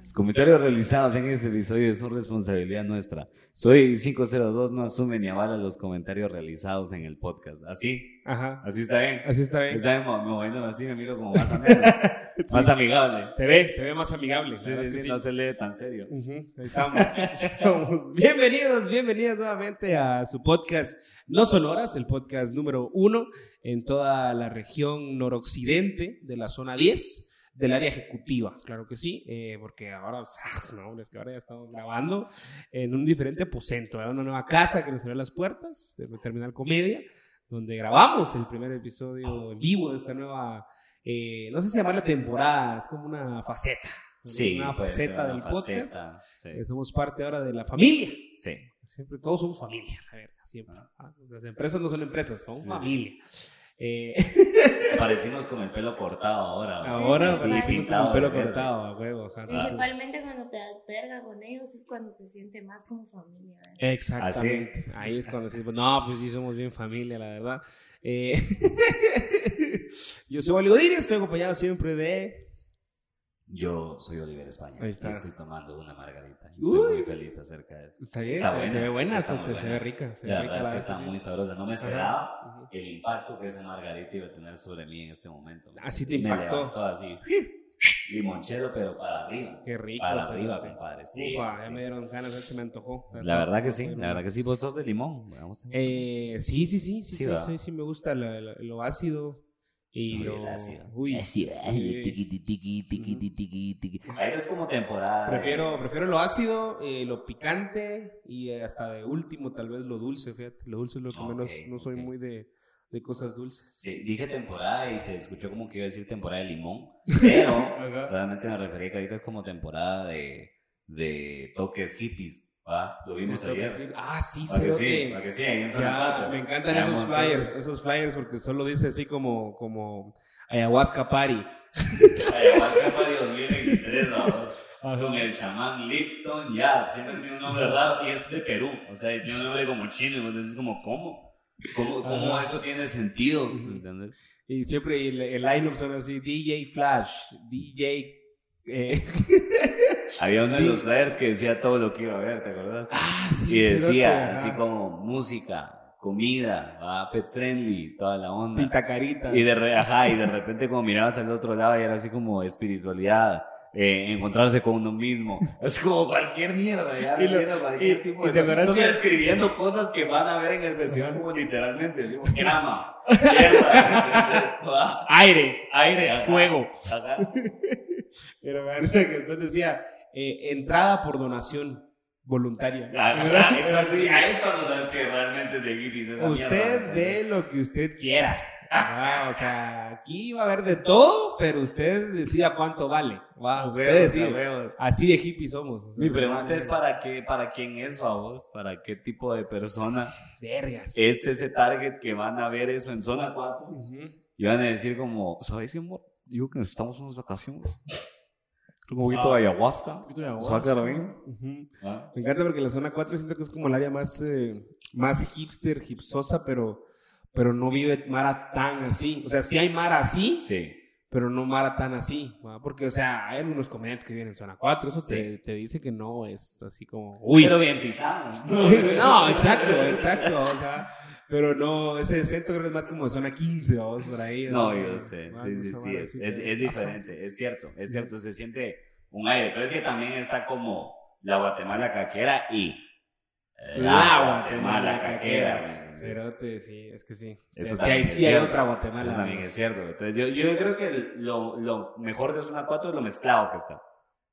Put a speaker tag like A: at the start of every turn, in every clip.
A: Los comentarios realizados en este episodio son responsabilidad nuestra. Soy 502, no asume ni avala los comentarios realizados en el podcast. Así,
B: Ajá.
A: así está bien.
B: Así está bien.
A: Está bien, mo- moviéndome así, me miro como más amable. Más amigable.
B: Se ve, se ve más amigable. la
A: Sí,
B: verdad
A: sí,
B: es que
A: sí,
B: sí.
A: no se lee tan serio.
B: Ujú, ahí estamos. Estamos. Bienvenidos, bienvenidas nuevamente a su podcast No Sonoras, el podcast número uno en toda la región noroccidente de la zona 10 del área ejecutiva, claro que sí, eh, porque ahora, ah, no, es que ahora ya estamos grabando en un diferente aposento, ¿verdad? una nueva casa que nos abrió las puertas, de Terminal Comedia, donde grabamos el primer episodio en vivo de esta nueva, eh, no sé si llamarla temporada, es como una faceta,
A: Sí,
B: una
A: puede ser
B: faceta
A: una
B: del podcast.
A: faceta, Sí.
B: Eh, somos parte ahora de la familia.
A: sí.
B: Siempre, todos somos familia, la verdad, siempre. Ah, Las empresas no son empresas, son
A: Sí.
B: familia. Eh,
A: Parecimos con el pelo cortado ahora. ¿no?
B: ahora
A: Ah, Sí,
B: parecemos
A: pintado
B: con el pelo
A: de verde.
B: cortado, a huevo. o sea, pues, entonces-
C: Principalmente cuando te das verga con ellos es cuando se siente más como familia. ¿verdad?
B: Exactamente. Ahí es cuando decimos, no, pues sí, somos bien familia, la verdad. Eh, Yo soy Wally Godínez, estoy acompañado siempre de...
A: Yo soy Oliver España.
B: Ahí está.
A: y Estoy tomando una margarita. y Estoy muy
B: Uy.
A: feliz acerca de eso.
B: Está bien,
A: Está
B: se-
A: buena,
B: se ve buena,
A: está
B: se,
A: muy
B: se
A: buena.
B: ve rica. Se
A: La
B: ve rica,
A: verdad es que
B: verdad
A: está
B: que sí.
A: muy sabrosa. No me
B: Ajá.
A: esperaba
B: Ujú.
A: el impacto que esa margarita iba a tener sobre mí en este momento.
B: Así te
A: Me
B: Ah, impactó.
A: levantó así. Limonchelo, pero para arriba.
B: Qué rico.
A: Para
B: se
A: arriba,
B: ve.
A: compadre. Sí,
B: Ufa,
A: sí.
B: ya me dieron ganas, ya se me antojó.
A: La verdad que sí, la verdad que sí. Vos sos de limón. Vamos a-
B: Eh, sí, sí, sí, sí,
A: Sí,
B: sí,
A: ¿verdad?
B: sí, sí me gusta la- la- lo ácido y
A: Uy,
B: lo
A: el ácido.
B: Uy,
A: Ácido,
B: sí.
A: ácido, tiqui, tiqui, tiqui, tiqui, tiqui. Ahí es como temporada. de-
B: Prefiero, prefiero lo ácido, eh, lo picante y eh, hasta de último tal vez lo dulce, fíjate, lo dulce es lo que
A: Ok,
B: menos, no soy
A: ok.
B: muy de, de cosas dulces.
A: Sí, Dije temporada y se escuchó como que iba a decir temporada de limón, pero
B: Ajá.
A: realmente me refería que ahorita es como temporada de, de toques hippies, ¿va? Lo vimos ayer.
B: Ah, sí,
A: ¿A que
B: cerote.
A: sí? ¿A que sí? Ahí en Zona
B: Ya,
A: Cuatro.
B: me encantan
A: Hay un
B: esos
A: montón.
B: flyers, esos flyers porque solo dice así como, como ayahuasca party.
A: Ayahuasca Party 2023, vamos. Con el chamán Lipton Yard. Siempre tiene un nombre raro y es de Perú. O sea, tiene un nombre como chino. Y vos decís como, ¿cómo? ¿Cómo, cómo
B: Ajá.
A: eso tiene sentido?
B: Ujú.
A: ¿Entendés?
B: Y siempre el, el line-up son así, DJ Flash, DJ... eh,
A: Había uno de los flyers que decía todo lo que iba a ver, ¿te acordás?
B: Ah, sí,
A: y
B: cerote,
A: decía
B: ajá.
A: así como música, comida, ¿va? pet friendly, toda la onda.
B: Pinta carita.
A: Y de, re- ajá, y de repente como mirabas al otro lado y era así como espiritualidad, eh, encontrarse con uno mismo. Es como cualquier mierda, ya
B: Y lo-
A: mierda, cualquier
B: y-
A: tipo
B: y
A: de...
B: te acuerdas
A: Estoy
B: que-
A: escribiendo cosas que van a ver en el festival como literalmente, así como grama, mierda, ¿va?
B: Aire.
A: aire, ajá,
B: Fuego.
A: ajá.
B: Pero me acuerdo que después decía, eh, entrada por donación voluntaria. ah,
A: Ajá, exacto, y a esto no sabes que realmente es de hippies esa mierda,
B: Usted
A: ¿entendés?
B: ve lo que usted quiera. Ah, o sea, aquí va a haber de todo, pero usted decida cuánto vale. Va, usted
A: Huevos, a
B: decide.
A: huevos.
B: Así de hippies somos. O sea,
A: Mi
B: no
A: pregunta
B: mames.
A: es para qué, para quién es la voz, para qué tipo de persona
B: Vergas.
A: es ese target que van a ver eso en zona 4
B: Ujú.
A: y van a decir como, ¿sabes qué amor? Digo que necesitamos unas vacaciones. Un poquito
B: Ah.
A: de ayahuasca. Saca bien.
B: Ujú. Me encanta porque la zona 4 siento que es como el área más, eh, más hipster, hipsosa, pero, pero no vive Mara tan así. O sea, sí hay Mara así,
A: Sí.
B: pero no Mara tan así. ¿va? Porque, o sea, hay algunos comediantes que viven en zona 4, eso te, te dice que no es así como... Uy,
A: Pero bien pisado.
B: no, exacto, exacto. O sea, pero no, ese centro creo que es más como zona 15, vamos por ahí.
A: No,
B: así,
A: yo sé.
B: más
A: Sí, sí,
B: esa
A: sí.
B: vara
A: Es,
B: así
A: es-
B: que-
A: es diferente. Es cierto. Es cierto. Se siente un aire. Pero es que también está como la Guatemala caquera y
B: La Guatemala caquera.
A: güey.
B: Cerote, sí, es que sí.
A: Eso
B: sí, hay,
A: también es
B: sí hay
A: cierto.
B: otra Guatemala.
A: Eso Pues también
B: ¿no?
A: es cierto. Entonces, yo, yo creo que lo, lo mejor de Zona 4 es lo mezclado que está. O sea,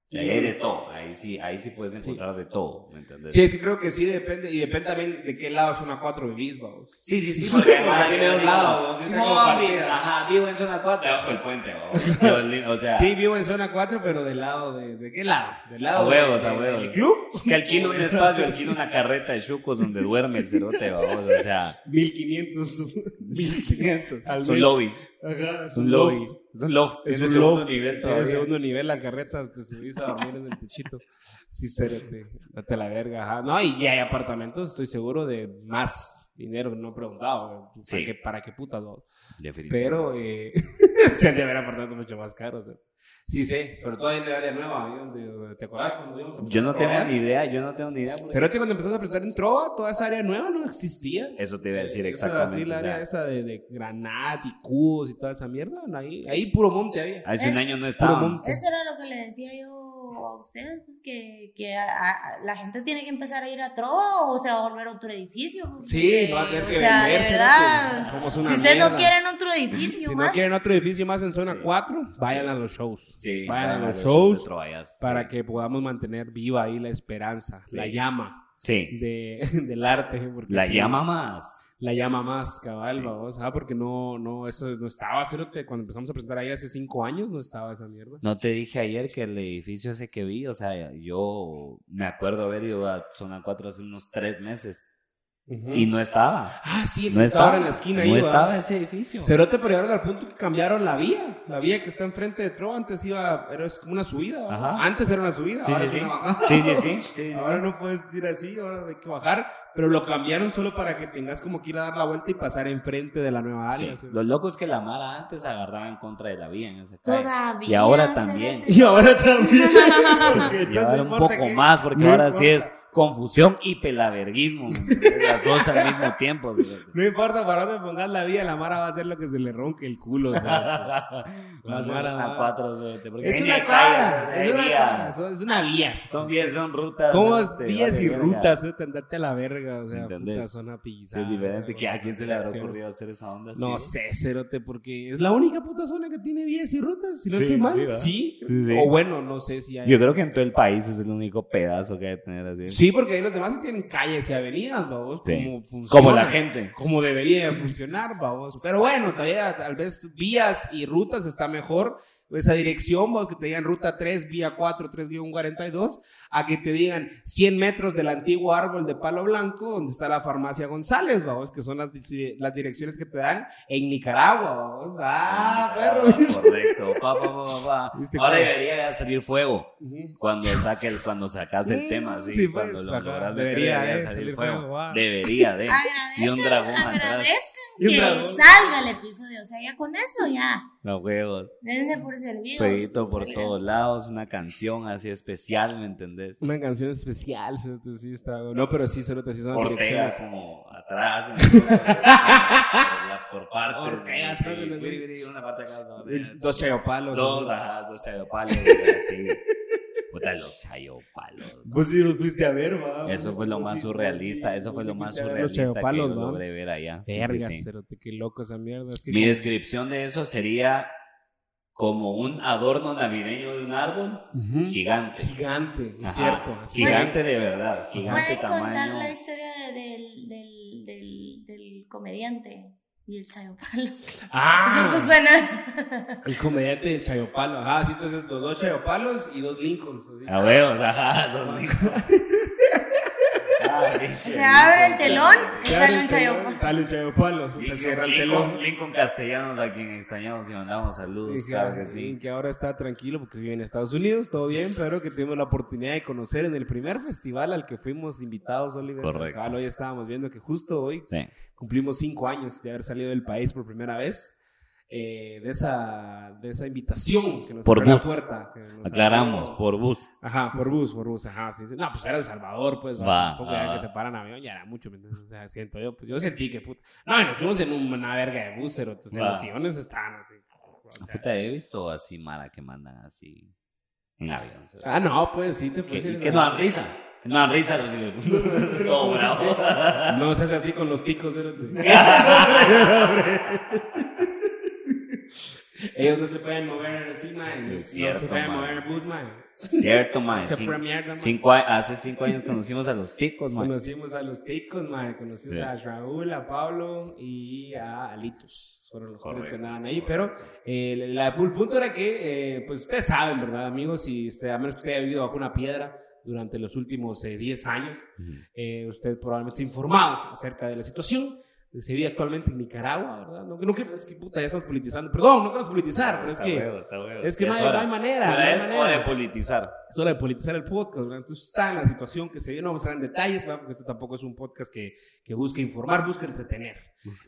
B: Sí.
A: Ahí hay de todo. Ahí sí, ahí sí puedes encontrar de todo. ¿Me entiendes?
B: Sí, es que creo que sí depende, y depende también de qué lado es una 4 vivís, vamos.
A: sí, sí. sí,
B: porque además
A: tiene dos lados.
B: ¿no?
A: Sí,
B: Está
A: no,
B: compartida.
A: hombre, Ajá, vivo en Zona 4. Debajo del puente, ¿no? O sea,
B: Sí, vivo en zona 4, pero del lado de, ¿de qué lado? Del
A: a
B: lado de-
A: huevos, a
B: de-
A: huevos.
B: del club,
A: Es que alquilo un espacio, alquilo una carreta de chucos donde duerme el cerote, vamos. O sea,
B: 1500.
A: 1500.
B: Al
A: Es un
B: mes.
A: lobby.
B: Ajá,
A: Es un lobby. Es un loft.
B: Es
A: Tiene
B: un
A: segundo
B: loft.
A: nivel
B: En el
A: todavía.
B: segundo nivel la carreta, te subís a dormir en el techito. Sí, cérate, date la verga, ajá. No, y ya hay apartamentos, estoy seguro de más dinero, no he preguntado. ¿Para,
A: Sí.
B: qué, para qué puta no?
A: Definitivamente.
B: Pero eh, se han de haber apartamentos mucho más caros. eh. Sí, sé, pero todavía en el área nueva, ahí donde, donde ¿Te acordás cuando íbamos a
A: Yo no tengo
B: trovas?
A: ni idea, yo no tengo ni idea. porque-
B: Cerote, cuando empezamos a presentar en Trova, toda esa área nueva no existía.
A: Eso te iba a decir
B: Esa-
A: exactamente.
B: sí, la
A: o sea,
B: área esa de, de Granat y Cubos y toda esa mierda. Ahí, ahí puro monte había.
A: hace
C: Es-
A: un año no estaba.
B: monte.
C: Eso era lo que le decía yo a ustedes, pues que, que a- a- la gente tiene que empezar a ir a Trova o se va a volver otro edificio. pues,
B: Sí,
C: porque,
B: no va a tener que
C: o sea, de
B: venderse.
C: verdad,
B: Somos una
C: Si ustedes no
B: mierda.
C: quieren otro edificio
B: Si no
C: más,
B: quieren otro edificio más en zona
A: Sí.
B: 4, vayan a los shows.
A: Sí,
B: Vayan a
A: para
B: los
A: los
B: shows
A: de Troyas,
B: Para
A: sí.
B: que podamos mantener viva ahí la esperanza,
A: Sí.
B: la llama
A: Sí,
B: de, del arte. porque
A: la
B: sí,
A: llama más.
B: La llama más, cabal,
A: Sí.
B: babos, ah, Porque no, no, eso no estaba, cerote. Cuando empezamos a presentar ahí hace 5 años, no estaba esa mierda.
A: No te dije ayer que el edificio ese que vi, o sea, yo me acuerdo haber ido a Zona 4 hace unos tres meses
B: Ujú.
A: y no estaba.
B: Ah, sí, el
A: No
B: que está
A: estaba
B: ahora en la esquina ahí.
A: No
B: va.
A: estaba ese edificio.
B: Cerote, pero llegaron al punto que cambiaron la vía. La vía que está enfrente de Tro, antes iba, era es como una subida. vamos.
A: Ajá.
B: Antes era una subida,
A: Sí,
B: ahora
A: sí,
B: es
A: sí.
B: una bajada.
A: Sí, sí, sí. sí, sí.
B: Ahora no puedes ir así, ahora hay que bajar, pero lo cambiaron solo para que tengas como que ir a dar la vuelta y pasar enfrente de la nueva
A: Sí.
B: área. ¿sí?
A: Los locos que la Mara antes agarraban en contra de la vía en esa calle.
C: todavía.
A: Y ahora
C: cerote.
A: también.
B: Y ahora también. porque
A: Y
B: entonces
A: ahora
B: no
A: un
B: importa
A: poco
B: que-
A: más, porque
B: no
A: ahora sí es
B: importa.
A: confusión y pelaverguismo. las dos al mismo tiempo.
B: No importa para dónde pongas la vía, la Mara va a hacer lo que se le ronque el culo. o sea.
A: Más
B: Mara,
A: una
B: Mara.
A: cuatro, cerote, porque
B: es
A: ahí
B: una
A: hay
B: cara,
A: calles,
B: es una
A: hay
B: cara,
A: vías.
B: son- es una vía.
A: Son vías, son rutas. este,
B: ¿Cómo es
A: cerote,
B: vías
A: vale
B: y
A: verga.
B: rutas? eh? Te andarte a la verga, o sea,
A: ¿Entendés?
B: puta zona pillizada.
A: Es diferente
B: o sea,
A: que a
B: con
A: quién se le habrá
B: acciones.
A: ocurrido hacer esa onda.
B: No
A: sí.
B: sé, Cerote, porque es la única puta zona que tiene vías y rutas. Si no
A: Sí,
B: estoy mal,
A: sí,
B: sí,
A: ¿verdad? Sí, sí.
B: O bueno, no sé si hay.
A: Yo creo que en todo el país es el único pedazo que hay que tener así.
B: Sí, porque ahí los demás sí tienen calles y avenidas, babos.
A: Sí.
B: Como, funciona,
A: Como la gente.
B: Como debería de funcionar, babos. Pero bueno, todavía tal vez vías y rutas está mejor. Esa dirección, babos, que te digan ruta 3, vía 4, 3-42, a que te digan 100 metros del antiguo árbol de palo blanco, donde está la farmacia González, babos, que son las, di- las direcciones que te dan en Nicaragua, babos. Ah, perro.
A: Correcto. Pa, pa, pa, pa, pa.
B: ¿Viste
A: Ahora
B: cómo?
A: debería salir fuego.
B: Ujú.
A: Cuando, saque el, cuando sacas el tema, Mm, sí.
B: Sí,
A: cuando
B: pues,
A: lo
B: ajá,
A: logras meter,
B: debería
A: debería, eh,
B: de
A: salir
B: salir
A: fuego.
B: fuego, ah.
A: Debería de.
C: Agradezcan,
A: Y un dragón atrás.
C: agradezcan
B: Y un
C: que
B: dragón.
C: salga el episodio. O sea, ya con eso ya.
A: Los huevos.
C: Dense por servidos.
A: Fueguito por
C: Salgan.
A: todos lados. Una canción así especial, ¿me entendés?
B: Una canción especial, cerote, sí está. No, pero sí, Cerote, sí son las
A: Ortega
B: direcciones.
A: como atrás. ¿no? por, la- por partes.
B: Ortega,
A: ¿no? Sí,
B: solo los-
A: güiri, güiri, una parte acá, otra parte acá.
B: El- Dos chayopalos.
A: Dos,
B: ¿no?
A: ajá, dos chayopalos. o sea, sí. Puta, los chayopalos.
B: Vos Pues sí los fuiste a ver, va.
A: Eso
B: Vos-
A: fue lo
B: vos
A: más
B: sí-
A: surrealista,
B: sí-
A: eso
B: vos
A: fue
B: sí
A: lo más
B: fuiste a ver los
A: surrealista que yo
B: chayopalos, va.
A: logré ver allá. Sí, sí,
B: Vergas,
A: sí.
B: cerote, qué loco esa mierda. Es que
A: Mi descripción de eso sería como un adorno navideño de un árbol
B: Ujú.
A: gigante.
B: gigante, es
A: Ajá,
B: cierto. así es.
A: Gigante de verdad, gigante
C: Pueden contar
A: tamaño.
C: la historia de- del, del, del, del comediante y el chayopalo. Eso
B: Ah,
C: suena.
B: el comediante del chayopalo. Ah, sí, entonces los dos chayopalos y dos Lincolns. así.
A: A huevos, ajá, dos Ah,
C: Se abre el telón y
B: Se abre
C: sale
B: el
C: un
B: telón,
C: chayopalo.
B: Sale un chayopalo. Se cierra
A: Lincoln,
B: el telón.
A: Lincoln, Lincoln Castellanos, a quien extrañamos y mandamos saludos,
B: Dije,
A: claro que
B: "Ah,
A: sí.
B: que ahora está tranquilo porque vive en Estados Unidos, todo bien, pero que tuvimos la oportunidad de conocer en el primer festival al que fuimos invitados, Oliver.
A: Correcto.
B: Cabal, Hoy estábamos viendo que justo hoy
A: Sí.
B: cumplimos cinco años de haber salido del país por primera vez. eh, de, esa, de esa invitación que nos
A: Por
B: abrió la
A: bus.
B: puerta. que nos
A: Aclaramos,
B: abrió-
A: por bus.
B: Ajá, por bus, por bus, ajá. Sí, sí. No, pues era El Salvador, pues.
A: Va,
B: Tampoco
A: va,
B: era
A: va.
B: que te paran avión, ya era mucho, ¿me entiendes? O sea, siento yo, pues yo sentí que puta. No, y nos fuimos en un- una verga de bus, pero entonces,
A: Va.
B: los sillones estaban así. o sea,
A: Puta, he visto así Mara que mandan así en avión. ¿sabes?
B: Ah, no, pues sí te
A: que,
B: puedes ir
A: y
B: en
A: que no dan
B: avión.
A: risa. Que No dan risa los hijos de puta. Todo bravo.
B: No seas así con los ticos. cerote. Ellos no se pueden mover encima. y No
A: Es cierto,
B: se pueden
A: man.
B: mover en bus, man.
A: Cierto, man.
B: Se
A: cin-
B: fue mierda, man.
A: cinco a- hace cinco años conocimos a los ticos, man.
B: Conocimos a los ticos, man. Conocimos
A: Sí.
B: a Raúl, a Pablo y a Alitos. Fueron los tres
A: Correcto,
B: que andaban ahí. Pero eh, la- el punto era que, eh, pues ustedes saben, ¿verdad, amigos? Si usted, a menos que usted haya vivido bajo una piedra durante los últimos eh, 10 años, eh, usted probablemente está informado acerca de la situación que se vive actualmente en Nicaragua, ¿verdad? No, no queremos que puta ya
A: Ah,
B: estamos politizando, perdón, no queremos politizar, pero es que, es que no, hay, no hay manera, no
A: Ahora
B: hay
A: es hora de
B: manera.
A: politizar.
B: es hora de politizar el podcast, ¿verdad? Entonces está en la situación que se vio, no vamos a entrar en detalles, ¿verdad? Porque este tampoco es un podcast que, que busca informar, busca entretener.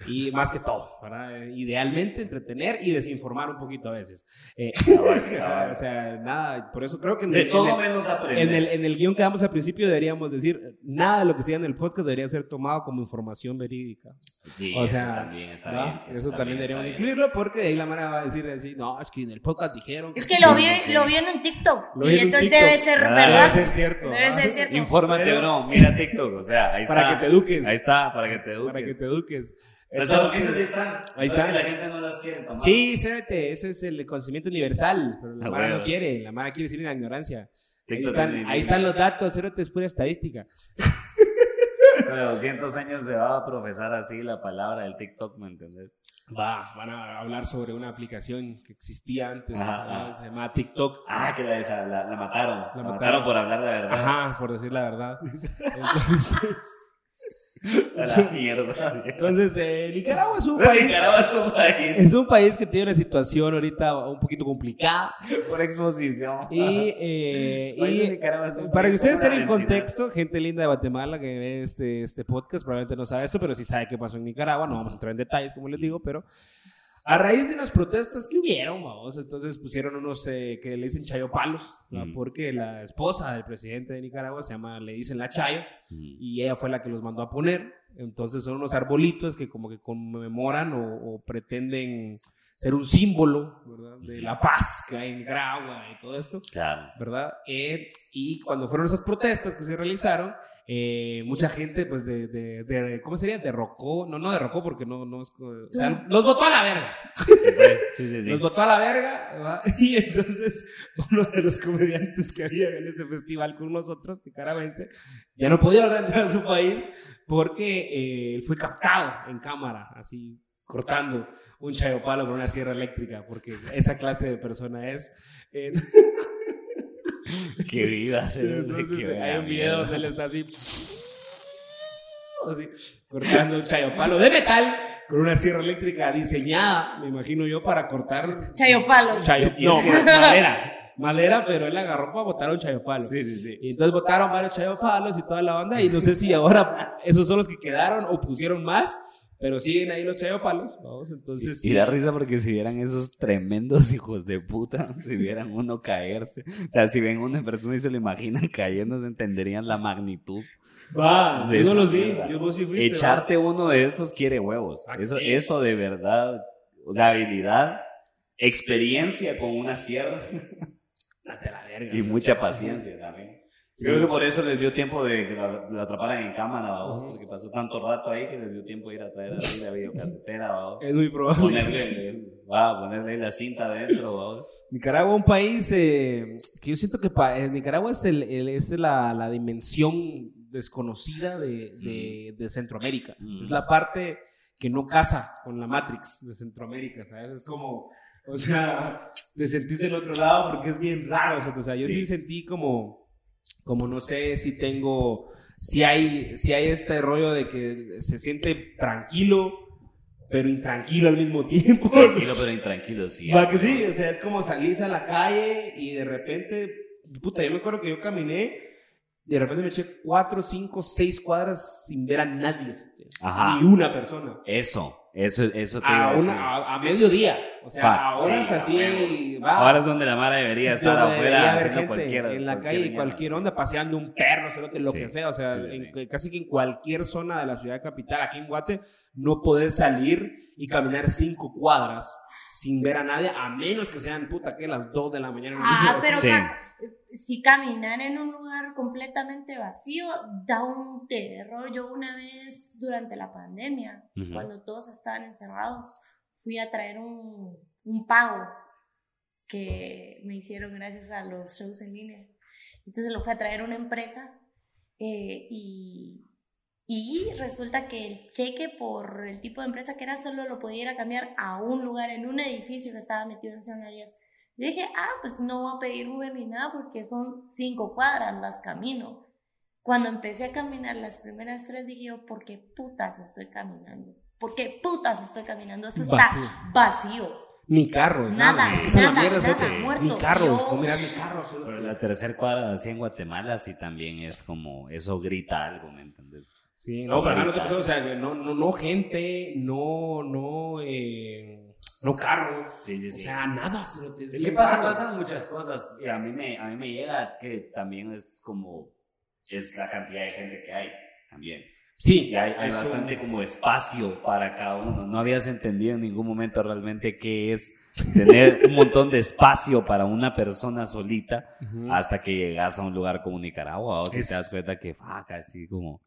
B: Y más que todo, ¿verdad? Eh, Idealmente entretener y desinformar un poquito a veces. Eh, o sea, nada, por eso creo que en
A: De
B: el- en
A: todo
B: el-
A: menos aprender.
B: en el, en el guión que damos al principio deberíamos decir, nada de lo que se diga en el podcast debería ser tomado como información verídica.
A: Sí,
B: o
A: eso
B: sea,
A: también está
B: ¿no?
A: bien.
B: Eso, también,
A: está
B: deberíamos
A: bien.
B: incluirlo porque de ahí la Mara va a decir, así, no, es que en el podcast dijeron.
C: Es que lo vi,
B: Sí, sí.
C: lo vi en un TikTok.
B: Lo vi
C: y
B: en un
C: entonces
B: TikTok.
C: debe ser
A: Ah,
B: Debe
C: verdad.
B: ser cierto.
C: Debe
B: ¿ah?
C: ser cierto.
A: Infórmate,
B: Pero-
A: bro. Mira TikTok, o sea, ahí
B: Para
A: está.
B: que te eduques.
A: Ahí está, para que te
B: Para que
A: eduques.
B: te eduques.
A: Las
B: Entonces-
A: agujetas ahí están.
B: Ahí
A: No
B: está.
A: Es que la gente no las quiere tomar.
B: Sí, cérate, ese es el conocimiento universal. Pero la
A: Ah,
B: Mara no
A: bueno.
B: quiere, la Mara quiere decir la ignorancia. Ahí
A: TikTok
B: están,
A: también.
B: ahí están los datos, cérate, es pura estadística.
A: Pero 200 años se va a profesar así la palabra del TikTok, ¿me entendés?
B: Va, van a hablar sobre una aplicación que existía antes,
A: Ajá,
B: ¿verdad?
A: ajá.
B: se llamaba TikTok.
A: Ah, que la, esa- la, la mataron. La, mataron.
B: mataron.
A: por hablar la verdad.
B: Ajá, por decir la verdad. Entonces,
A: A la mierda.
B: entonces, eh, Nicaragua es un
A: Pero
B: país.
A: Nicaragua es un país.
B: Es un país que tiene una situación ahorita un poquito complicada.
A: Por exposición.
B: Y, eh,
A: El país
B: y
A: de Nicaragua es un
B: para
A: país
B: que ustedes
A: con
B: estén en
A: una densidad.
B: contexto, gente linda de Guatemala que ve este, este podcast probablemente no sabe eso, pero sí sabe qué pasó en Nicaragua. No vamos a entrar en detalles, como les digo, pero a raíz de unas protestas que hubieron, vamos, entonces pusieron unos eh, que le dicen chayo palos, ¿no?
A: Mm.
B: porque la esposa del presidente de Nicaragua se llama, le dicen la chayo
A: Mm.
B: y ella fue la que los mandó a poner. Entonces son unos arbolitos que como que conmemoran o, o pretenden ser un símbolo ¿verdad? de la paz que hay en Nicaragua y todo esto,
A: Claro.
B: ¿verdad? Eh, y cuando fueron esas protestas que se realizaron, eh, mucha gente pues de, de, de- ¿cómo sería? Derrocó, no, no derrocó porque no, no es, o sea, los votó a la verga.
A: Sí, sí, sí.
B: Los botó a la verga, ¿verdad? Y entonces uno de los comediantes que había en ese festival con nosotros, nicaragüense, ya no podía entrar a su país porque eh, él fue captado en cámara, así cortando un chayopalo con una sierra eléctrica, porque esa clase de persona es. Eh,
A: Qué vida. se ve,
B: entonces eh,
A: qué
B: hay
A: buena
B: un video donde
A: mierda.
B: él está así, así, cortando un chayopalo de metal con una sierra eléctrica diseñada, me imagino yo, para cortar
C: Chayopalo.
B: Chayo-
A: Y
B: no,
A: es que-
B: madera. Madera, pero él agarró para botar un chayopalo.
A: Sí, sí, sí.
B: Y entonces botaron varios chayopalos y toda la banda. Y no sé si ahora esos son los que quedaron o pusieron más, pero siguen ahí los chayopalos. Vamos, entonces.
A: Y da risa porque si vieran esos tremendos hijos de puta, si vieran uno caerse, o sea, si ven una persona y se lo imaginan cayendo, entenderían la magnitud.
B: Va,
A: de
B: yo no
A: esa
B: los vi.
A: mierda.
B: Yo vos sí fuiste.
A: Echarte uno de esos quiere huevos.
B: Ah,
A: Eso,
B: sí.
A: eso de verdad, o sea, habilidad, experiencia con una sierra
B: ¿va? Date la verga,
A: y
B: o sea,
A: mucha paciencia también. Creo que por eso les dio tiempo de que la, la atraparan en cámara, ¿va?
B: Ujú.
A: porque pasó tanto rato ahí que les dio tiempo de ir a traer así la videocasetera, ¿va?
B: Es muy probable.
A: ponerle, va, ponerle ahí la cinta adentro, ¿va?
B: Nicaragua, un país eh, que yo siento que pa- eh, Nicaragua es, el, el- es la, la dimensión desconocida de, de- de Centroamérica.
A: Mm.
B: Es la parte que no casa con la Matrix de Centroamérica, ¿sabes? Es como, o sea, te sentís del otro lado porque es bien raro. O sea, yo sí,
A: Sí.
B: sentí como, como no sé si tengo, si hay, si hay este rollo de que se siente tranquilo, pero intranquilo al mismo tiempo.
A: Tranquilo, pero intranquilo, sí.
B: Va que sí, o sea, es como salís a la calle y de repente, puta, yo me acuerdo que yo caminé y de repente me eché cuatro, cinco, seis cuadras sin ver a nadie,
A: Ajá.
B: ni una persona.
A: Eso, eso, Ah. eso te iba
B: A,
A: a
B: una-
A: decir.
B: a, a mediodía, ah, o sea,
A: Fa-
B: a horas
A: sí, a
B: así,
A: huevos.
B: va.
A: Ahora es donde la Mara debería estar
B: Donde
A: afuera
B: debería haber
A: haciendo
B: gente
A: cualquiera.
B: en la
A: cualquier
B: calle,
A: mierda.
B: cualquier onda, paseando un perro, cerote, lo
A: Sí,
B: que sea, o sea,
A: sí, sí,
B: en-
A: sí.
B: que- casi que en cualquier zona de la ciudad capital, aquí en Guate, no podés salir y caminar cinco cuadras sin ver a nadie, a menos que sean puta que las dos de la mañana.
C: Ah, pero
A: Sí.
C: ca- si caminar en un lugar completamente vacío da un terror. Yo una vez durante la pandemia,
A: Ujú.
C: cuando todos estaban encerrados, fui a traer un, un pago que me hicieron gracias a los shows en línea. Entonces lo fui a traer a una empresa eh, y, y resulta que el cheque por el tipo de empresa que era solo lo podía ir a cambiar a un lugar en un edificio que estaba metido en zona 10. Yo dije, ah, pues no voy a pedir Uber ni nada porque son cinco cuadras, las camino. Cuando empecé a caminar las primeras tres dije yo, ¿por qué putas estoy caminando? ¿Por qué putas estoy caminando? Esto está
B: Vacío.
C: vacío.
B: Ni carros,
C: Nada,
B: nada. Es que esa es la
C: nada,
B: mierda,
C: nada,
B: cerote.
C: muerto.
B: Ni carros,
C: Yo-
B: no miras ni carros. cerote.
A: Pero la tercera cuadra así en Guatemala sí también es como, eso grita algo, ¿me entendés?
B: Sí, no, para nada, no te pasó, o sea, que no, no, no gente, no, no, eh, no carros.
A: Sí, sí, sí.
B: O sea, nada. cerote,
A: Es que
B: sin
A: pasa,
B: carros.
A: pasan muchas cosas y a mí, me, a mí me llega que también es como, es la cantidad de gente que hay también.
B: Sí,
A: Y hay, hay
B: eso-
A: bastante como espacio para cada uno. No habías entendido en ningún momento realmente qué es tener un montón de espacio para una persona solita
B: Ujú.
A: hasta que llegas a un lugar como Nicaragua o que
B: Es-
A: te das cuenta que, fuck, así como,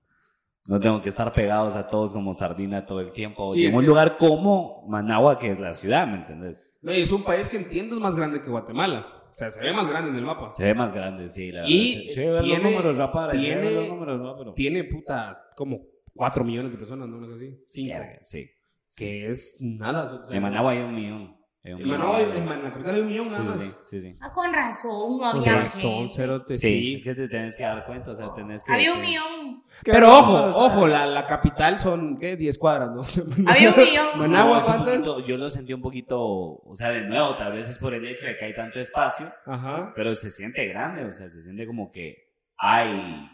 A: no tengo que estar pegados a todos como sardina todo el tiempo.
B: Sí,
A: y
B: es
A: en un
B: que-
A: lugar como Managua, que es la ciudad, ¿me entendés?
B: No, y es un país que entiendo es más grande que Guatemala. O sea, se ve más grande en el mapa.
A: Se ve más grande, sí, la
B: Y
A: verdad. Se- se ve ver
B: tiene-
A: los números, va para, se ve
B: tiene-
A: ver los números, va, pero-
B: Tiene puta como 4 millones de personas, ¿no? Una cosa así. 5.
A: Verga, sí.
B: Que es nada. o sea,
A: En Managua hay un millón. Hay un
B: En Managua, hay- en Man- la capital hay un millón nada más.
A: Sí, sí, sí, sí.
C: Ah, con razón, no
B: Con
C: había
B: razón,
C: gente.
B: cerote,
A: Sí,
B: sí.
A: es que te tenés que dar cuenta, o sea, tenés que...
C: Había un
A: que-
C: millón.
B: Pero ojo, ojo, la, la capital son, ¿qué? 10 cuadras, ¿no?
C: Había un millón.
B: Managua,
A: No, es un
B: ¿cuántas?
A: poquito- Yo lo sentí un poquito, o sea, de nuevo, tal vez es por el hecho de que hay tanto espacio,
B: Ajá.
A: pero se siente grande, o sea, se siente como que hay,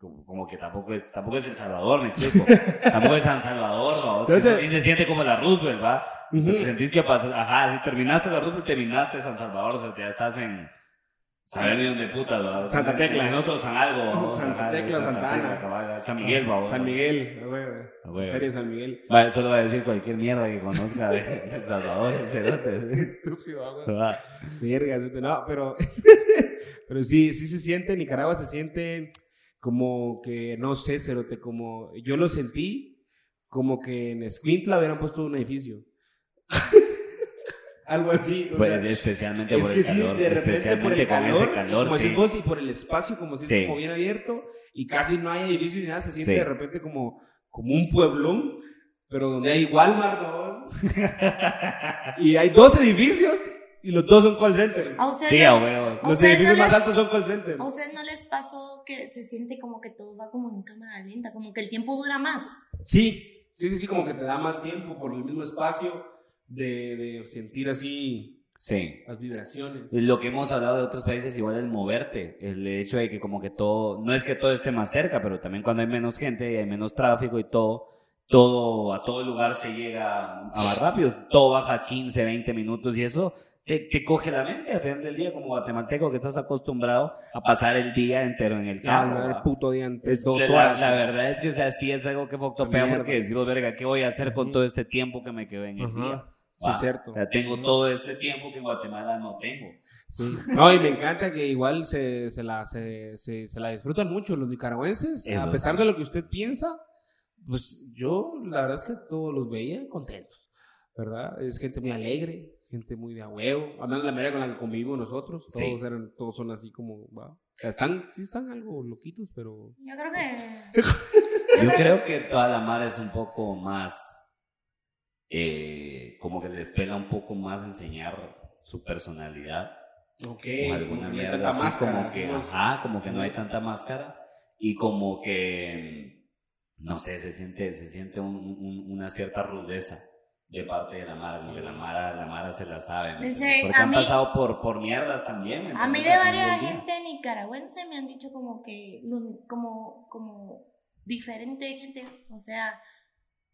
A: como, como que tampoco es, tampoco es El Salvador, me explico, tampoco es San Salvador, ¿va? O sea,
B: Entonces-
A: sí se siente como la Roosevelt, ¿va?
B: Ujú.
A: Te sentís que pasas, ajá, si terminaste la Roosevelt, terminaste San Salvador, o sea, ya estás en... Saber ni dónde putas, ¿va?
B: Santa Tecla.
A: En otro San algo, ¿va?
B: Santa
A: Ajá,
B: Tecla, Santa Ana.
A: Tecla, cabal, San Miguel, ¿va?
B: San Miguel, a huevo.
A: A huevo.
B: Feria de San Miguel.
A: Va, solo va a decir cualquier mierda que conozca de de El Salvador, el cerote.
B: Estúpido, a huevo.
A: Va.
B: Verga, cerote, no, pero, pero sí, sí se siente, Nicaragua se siente como que, no sé, Cerote, como, yo lo sentí como que en Escuintla hubieran puesto un edificio. Algo así. o
A: Pues
B: sea,
A: especialmente
B: es
A: por
B: que
A: el
B: sí,
A: calor,
B: de repente
A: especialmente
B: por el
A: con
B: calor,
A: ese calor,
B: como
A: sí.
B: decís vos, y por el espacio, como si es
A: Sí.
B: como bien abierto, y casi no hay edificios ni nada, se siente
A: Sí.
B: de repente como, como un pueblón, pero donde hay Walmart, ¿no? y hay dos edificios, y los dos son call centers.
C: A ustedes
A: Sí,
C: no-
A: a huevos.
C: Ah, O
B: Los
C: sea,
B: edificios
C: no
B: más
C: les-
B: altos son call centers.
C: ¿A ustedes no les pasó que se siente como que todo va como en cámara lenta? Como que el tiempo dura más.
B: Sí, sí, sí, sí, como que te da más tiempo por el mismo espacio de, de sentir así
A: Sí.
B: las vibraciones.
A: Lo que hemos hablado de otros países, igual el moverte, el hecho de que como que todo, no es que todo esté más cerca, pero también cuando hay menos gente y hay menos tráfico y todo, todo, a todo lugar se llega a más rápido, todo baja 15, 20 minutos y eso te, te coge la mente al final del día como guatemalteco que estás acostumbrado a pasar el día entero en el
B: Ah,
A: carro.
B: no, el
A: ¿va?
B: puto día antes, dos
A: la,
B: horas.
A: La verdad es que, o sea, sí es algo que foctopea
B: Mierda.
A: porque decimos, verga, ¿qué voy a hacer con
B: Ujú.
A: todo este tiempo que me quedé en el
B: Ajá.
A: día?
B: Sí,
A: Va,
B: cierto.
A: O sea, tengo todo este tiempo que en Guatemala no tengo.
B: Sí. No, y me encanta que igual se, se la, se, se- se la disfrutan mucho los nicaragüenses.
A: Eso
B: a pesar de lo que usted piensa, pues yo la verdad es que todos los veía contentos, ¿verdad? Es gente muy alegre, gente muy de a huevo. Hablando de la manera con la que convivimos nosotros,
A: Sí.
B: todos, eran, todos son así como, va. O sea, Están, sí están algo loquitos, pero...
C: Yo creo que...
A: Yo creo que toda la mar es un poco más, eh, como que les pega un poco más enseñar su personalidad
B: Ok.
A: o alguna mierda así, como que, ajá, como que no hay tanta máscara y como que, no sé, se siente, se siente un- un- una cierta rudeza de parte de la Mara, como que la Mara, la Mara se la sabe, ¿me
C: Dice,
A: entiendes? porque
C: a
A: han
C: mí-
A: pasado por, por mierdas también. ¿me
C: A mí de
A: entiendes? Al
C: varias
A: final del día.
C: gente nicaragüense me han dicho como que, lo- como, como diferente gente, o sea,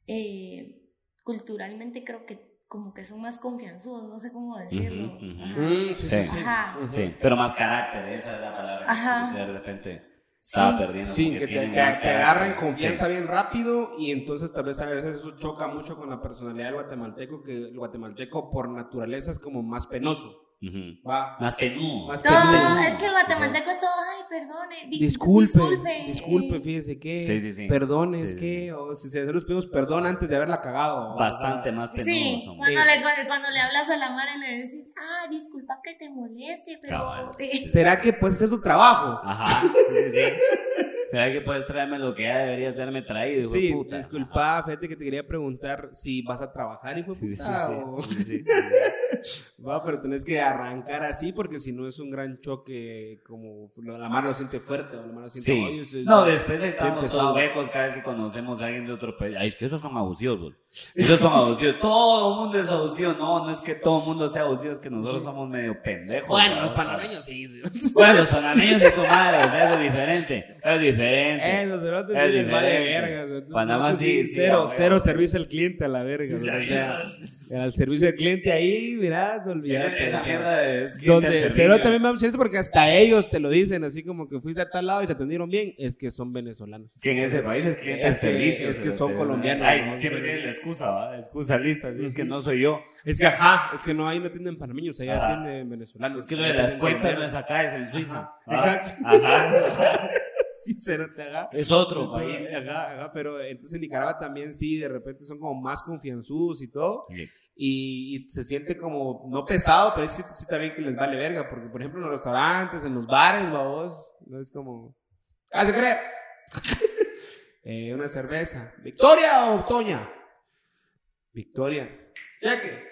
C: eh, culturalmente creo que como que son más confianzudos, no sé cómo decirlo.
A: Ujú, ujú.
C: Ajá.
B: Mm, sí, sí, sí.
C: Ajá.
B: Ujú.
A: Sí, pero más carácter, esa es la palabra.
C: Ajá.
A: Que de repente
C: Sí.
A: estaba perdiendo.
B: Sí,
A: como
B: que, te,
A: tienen
B: que-
A: más
B: que
A: carácter.
B: agarren confianza bien rápido y entonces tal vez a veces eso choca mucho con la personalidad del guatemalteco, que el guatemalteco por naturaleza es como más penoso.
A: Sí. Ujú.
B: Va.
A: Más penudo.
B: Más
C: Todo,
B: penudo.
C: es que el guatemalteco es todo, ay, perdone, di-
B: Disculpe,
C: disculpe,
B: disculpe,
C: eh,
B: fíjese que,
A: Sí, sí, sí.
B: perdón,
A: Sí,
B: es
A: sí,
B: que, o si se los pedimos perdón antes de haberla cagado.
A: Bastante más penudo.
C: Sí,
A: son.
C: cuando le, cuando, cuando le hablas a la madre le dices, ah, disculpa que te moleste, pero...
A: Cabal.
C: eh,
B: ¿Será que puedes hacer tu trabajo?
A: Ajá, sí, sí, sí. ¿Será que puedes traerme lo que ya deberías haberme traído? hijo de
B: Sí,
A: puta?
B: disculpa, fíjate que te quería preguntar si vas a trabajar, hijo de
A: Sí, sí,
B: puta,
A: sí,
B: o-
A: sí, sí.
B: Va, pero tenés que arrancar así porque si no es un gran choque, como lo- la mano lo siente fuerte o la mano lo siente
A: Sí.
B: "Ay, ese-
A: No, después estamos
B: empezado.
A: todos huecos cada vez que conocemos a alguien de otro país. Ay, es que esos son abusivos, bol. Esos son abusivos. Todo el mundo es abusivo. No, no es que todo el mundo sea abusivo, es que nosotros somos medio pendejos.
B: Bueno,
A: ¿verdad?
B: los panameños sí. sí.
A: Bueno, los panameños de tu madre, o sea, eso es diferente. Es diferente.
B: Eh, los cerotes
A: Es
B: sí les vale
A: diferente.
B: verga. o sea, tú-
A: Panamá
B: tú-
A: sí, sí, a
B: Cero,
A: huevo.
B: cero servicio al cliente a la verga. o sea, al servicio al cliente ahí, mirá, te
A: Esa-
B: olvidaste.
A: Esa
B: o sea,
A: mierda es que
B: Donde
A: el
B: cero
A: servicio-
B: también me da mucha risa porque hasta ellos te lo dicen, así como que fuiste a tal lado y te atendieron bien, es que son venezolanos.
A: Que en ese país es cliente
B: Es
A: de
B: que-
A: servicio.
B: es que
A: o sea,
B: son
A: te-
B: colombianos,
A: Ay,
B: ¿no?
A: siempre tienen la excusa, ¿va? La excusa lista. así, Es que no soy yo.
B: Es que ajá, es que no, ahí no atienden panameños, ahí
A: Ajá.
B: atienden venezolanos.
A: Es que lo de
B: Ahí
A: las
B: atienden
A: cuentas no
B: colombianos.
A: es acá, es en Suiza.
B: Ajá. Exacto.
A: Ajá.
B: Sí, cero te haga.
A: Es otro país.
B: pues, Ajá, ajá, pero entonces en Nicaragua también sí, de repente son como más confianzudos y todo.
A: Sí.
B: Y, y se siente como, no pesado, pero sí, sí también que les vale verga. Porque, por ejemplo, en los restaurantes, en los bares, babos, no es como. ¡Cállate, creer! Eh, una cerveza. ¿Victoria o Toña? Victoria. Cheque.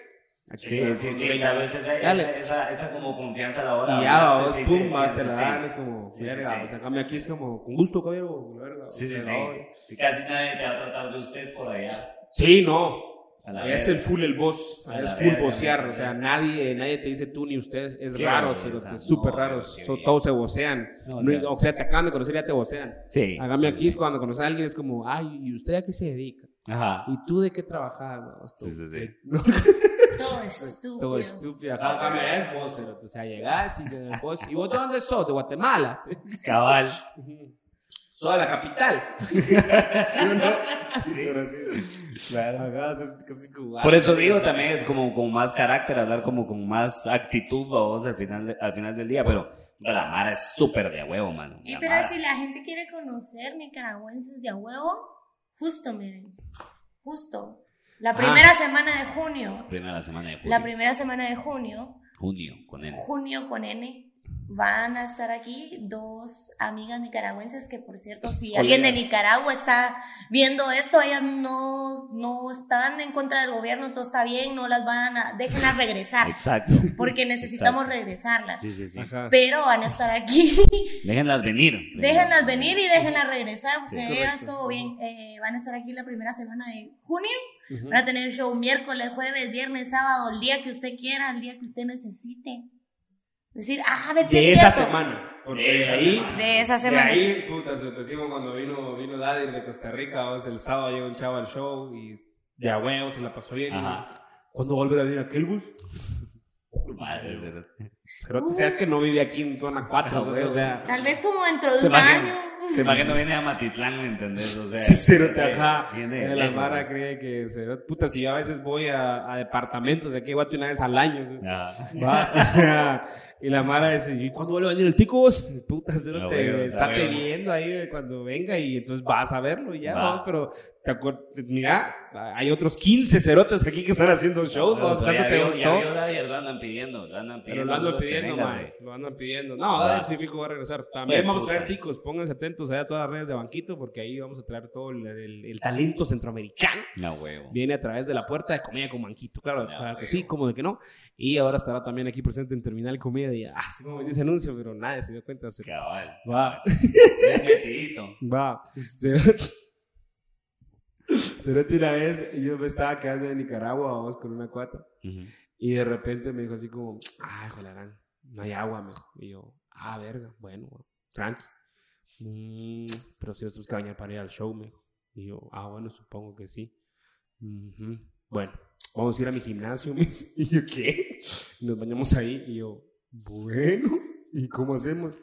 A: Sí, sí, sí, tal vez pues, esa,
B: Dale.
A: esa, esa, esa como confianza
B: Y
A: laboral.
B: pues, ya,
A: ¿no?
B: babos,
A: Sí, sí,
B: pum,
A: sí,
B: vas,
A: sí,
B: te la
A: sí.
B: dan, es como,
A: Sí, sí,
B: verga.
A: sí.
B: O sea, en cambio aquí es como, con gusto, caballero, verga.
A: Sí, sí,
B: O sea, no.
A: sí. Y casi nadie te va a tratar de usted por allá.
B: Sí, no.
A: A la
B: Allá es el
A: verga.
B: full el boss,
A: A
B: allá
A: la
B: es full
A: verga,
B: bocear, o
A: verga.
B: sea, nadie, nadie te dice tú ni usted, es
A: Qué
B: raro,
A: belleza,
B: cerote, es
A: no,
B: súper
A: pero
B: raro,
A: qué
B: so-
A: bien.
B: todos se vocean,
A: No, o
B: No,
A: sea-
B: o sea, te acaban de conocer y ya te vocean.
A: Sí.
B: Hágame aquí es cuando conoces a alguien, es como, ay, ¿y usted a qué se dedica?
A: Ajá.
B: ¿Y tú de qué trabajas? No, esto-
A: Sí, sí, sí.
B: no,
C: Todo estúpido.
B: todo estúpido, acá en cambio es vos, cerote, o sea, llegás y te- vos, ¿y vos de dónde sos? De Guatemala.
A: Cabal.
B: Soy de la capital. ¿Sí o no? Sí, pero sí. Ajá, es casi como,
A: Por eso
B: ay,
A: digo,
B: o sea,
A: también es como con más carácter, hablar como con más actitud, vos, al final, de- al final del día, pero la Mara es súper de a huevo, mano.
C: Eh,
A: La
C: pero
A: Mara.
C: si la gente quiere conocer nicaragüenses de a huevo, justo, miren, justo. La
B: Ah.
C: primera semana de junio,
A: Primera semana de
C: la
A: junio.
C: primera semana de junio,
A: Junio, con él.
C: junio con N, van a estar aquí dos amigas nicaragüenses que, por cierto, si alguien de
B: Colegas.
C: Nicaragua está viendo esto, ellas no, no están en contra del gobierno, todo está bien, no las van a, déjenlas regresar,
A: Exacto.
C: porque necesitamos
A: Exacto.
C: regresarlas.
A: Sí, sí, sí.
B: Ajá.
C: Pero van a estar aquí
A: Déjenlas venir.
C: Déjenlas venir y déjenlas regresar,
A: Sí,
C: porque
B: correcto.
C: ellas todo bien. Eh, van a estar aquí la primera semana de junio.
B: Ujú.
C: Van a tener show miércoles, jueves, viernes, sábado, el día que usted quiera, el día que usted necesite. Decir, ah, a ver si
B: de
C: es
B: esa
C: cierto.
B: semana. Porque
A: De
B: de
A: esa
B: ahí,
A: semana.
C: De esa
B: de
C: semana.
B: ahí, puta, se lo te digo cuando vino, vino Daddy de Costa Rica, vos, el sábado llegó un chavo al show y de a huevo se la pasó bien.
A: Ajá.
B: ¿Cuándo volver a venir a Kelbus?
A: Madre, cero.
B: Pero tú sabes que no vive aquí en zona 4, güey, o sea.
C: Tal vez como dentro de
B: Se
C: un
B: bajen.
C: año.
A: Te imagino viene a Matitlán, ¿me entendés? O sea,
B: Sí, cero te ajá.
A: Viene
B: De
A: de
B: la
A: lejos,
B: Mara
A: ¿no?
B: cree que se puta, si yo a veces voy a, a departamentos de aquí guate una vez al año. o sea.
A: Ajá.
B: Va, o sea, y la Mara dice, ¿y cuándo vuelve a venir el Ticos? Puta, se
A: Ah,
B: lo
A: bueno,
B: te, está
A: sabemos.
B: pidiendo ahí de cuando venga y entonces vas a verlo y ya,
A: Va.
B: vamos, pero te acuer- mira, hay otros 15 cerotes aquí que están haciendo shows,
A: Pero,
B: vamos,
A: o sea,
B: tanto
A: ya
B: te
A: vio- ya
B: gustó.
A: vio, Daddy, lo andan pidiendo, lo andan
B: Pero
A: pidiendo.
B: lo andan
A: solo que
B: pidiendo,
A: véngase.
B: man, lo andan pidiendo. No,
A: Va.
B: dale, sí, fijo, va a regresar. También
A: Bueno,
B: vamos a traer
A: puta.
B: ticos, pónganse atentos allá a todas las redes de Banquito, porque ahí vamos a traer todo el, el- el talento centroamericano.
A: La huevo.
B: Viene a través de la puerta de Comida con Banquito, claro,
A: Ya,
B: claro que
A: güey.
B: sí, como de que no. Y ahora estará también aquí presente en Terminal Comedia. Ah, sí, como me dice anuncio, pero nadie se dio cuenta. se-
A: Cabal.
B: Va,
A: Es metidito.
B: va. Cerote Cerote, una vez, yo me estaba quedando en Nicaragua, vamos, con una cuata. Y de repente me dijo así como, "Ah, ay, jolarán, no hay agua, mejor. Y yo, ah, verga, bueno, tranqui. "Mm, pero si vos que bañar para ir al show, me dijo. Y yo, ah, bueno, supongo que sí. "Ujú, Bueno, vamos a ir a mi gimnasio, me dice. Y yo, ¿qué? Y nos bañamos ahí. Y yo, bueno, ¿y cómo hacemos?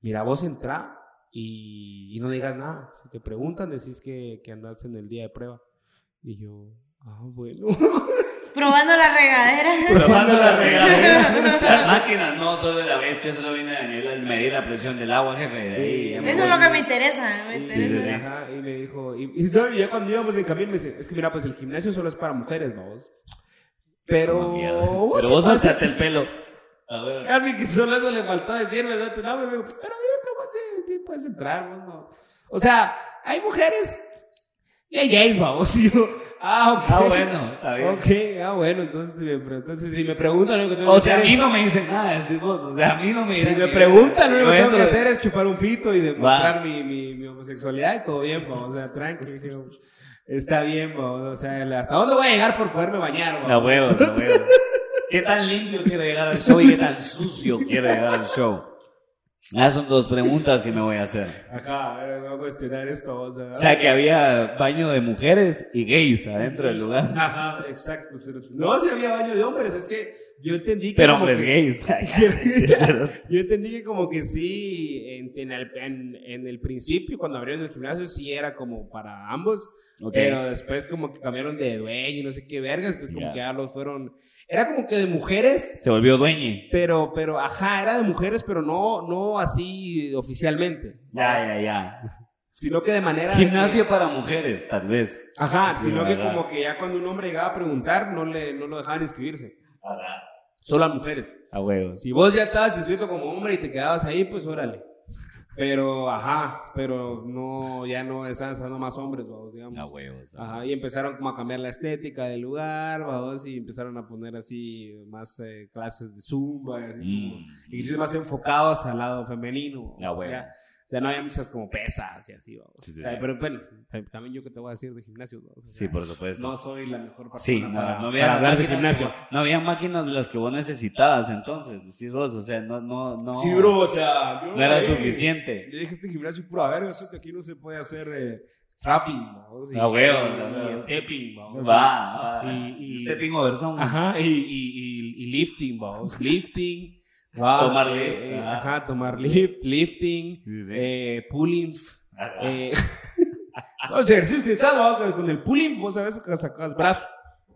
B: Mira, vos entra y, y no digas nada. Si te preguntan, decís que, que andas en el día de prueba. Y yo, ah, bueno.
C: Probando la regadera.
A: Probando la regadera. Las máquinas no, solo la vez que solo viene Daniel a medir la presión del agua, jefe. De ahí, ya me
C: Eso es
A: voy.
C: lo que me interesa. Me
B: Y,
C: interesa.
A: sí, sí.
B: ajá, y me dijo, y, y no, y ya cuando íbamos en camino me dice, es que mira, pues el gimnasio solo es para mujeres, vamos. Pero,
A: Como mierda. Pero vos
B: sí,
A: alzate el pelo. A ver.
B: casi que solo eso le faltó decirme, ¿no? No, pero, me dijo, pero yo, ¿cómo así? Sí, puedes entrar, vos, no. O sea, hay mujeres gay gays, vamos, digo, Ah, ok.
A: Ah, bueno, está bien.
B: Ok, ah, bueno, entonces, si me pre- entonces si me preguntan lo que tengo que
A: O sea, a
B: hacer
A: mí
B: es-
A: no me dicen nada, decís vos. O sea, a mí no me
B: Si
A: dicen
B: me
A: ni-
B: preguntan, lo único
A: Yo
B: que tengo que
A: entro-
B: hacer es chupar un pito y demostrar mi, mi, mi homosexualidad y todo bien, vamos, o sea, tranqui, digo, está bien, vamos, o sea, la- ¿hasta dónde voy a llegar por poderme bañar, vamos?
A: No huevos, no huevos. ¿Qué tan limpio quiero llegar al show y qué tan sucio quiero llegar al show? Esas son dos preguntas que me voy a hacer.
B: Ajá, pero voy a cuestionar esto, o sea,
A: pues. O sea, que había baño de mujeres y gays adentro del lugar.
B: Ajá, exacto. cerote. No, si había baño de hombres, es que yo entendí que.
A: Pero
B: como
A: hombres
B: que-
A: gays.
B: yo entendí que, como que sí, en, en el, en- en el principio, cuando abrieron el gimnasio, sí era como para ambos.
A: Ok.
B: Pero después, como que cambiaron de dueño y no sé qué vergas, entonces, como
A: Ya.
B: que ya los fueron. Era como que de mujeres.
A: Se volvió dueño.
B: Pero, pero, ajá, era de mujeres, pero no, no así oficialmente,
A: Ya, ya, ya.
B: sino que de manera...
A: Gimnasio para mujeres, tal vez.
B: Ajá,
A: Sí,
B: sino que
A: verdad.
B: como que ya cuando un hombre llegaba a preguntar, no, le, no lo dejaban inscribirse,
A: Ajá.
B: solo a mujeres.
A: A huevos.
B: Si vos ya estabas inscrito como hombre y te quedabas ahí, pues órale. Pero, ajá, pero no, ya no estaban saliendo más hombres, vamos, digamos.
A: A huevos.
B: Ajá, y empezaron como a cambiar la estética del lugar, vamos, y empezaron a poner así más eh, clases de zumba, y así como
A: Mm.
B: ejercicios más enfocados al lado femenino.
A: Ah, bueno.
B: Ya, o sea, no había muchas como pesas y así, vamos.
A: Sí, sí,
B: O sea,
A: sí.
B: Pero bueno, tam- también yo que te voy a decir de gimnasio, vamos, o sea,
A: Sí, por supuesto.
B: No soy la mejor persona
A: Sí,
B: para,
A: no, no
B: para
A: había
B: hablar de
A: máquinas
B: gimnasio.
A: que vos- no había máquinas de las que vos necesitabas entonces, decís vos, o sea, no, no, no,
B: Sí, bro, o sea, yo
A: no era
B: ahí-
A: suficiente.
B: Yo dije, este gimnasio pura verga, eso que aquí no se puede hacer eh, trapping, vamos, y-
A: Ah, huevo,
B: y-
A: ah,
B: y
A: huevo.
B: stepping, vamos,
A: Va, va.
B: Y- y-
A: Este pingo versón.
B: Ajá, y, y, y, y lifting, vamos. lifting. va,
A: Tomar
B: eh,
A: lift,
B: eh,
A: ajá.
B: ajá, tomar lift, lifting,
A: Sí, Ah, sí.
B: eh, pulling.
A: Ajá.
B: Eh, los ejercicios que estás, vamos, con el pulling, vos sabes que sacas brazo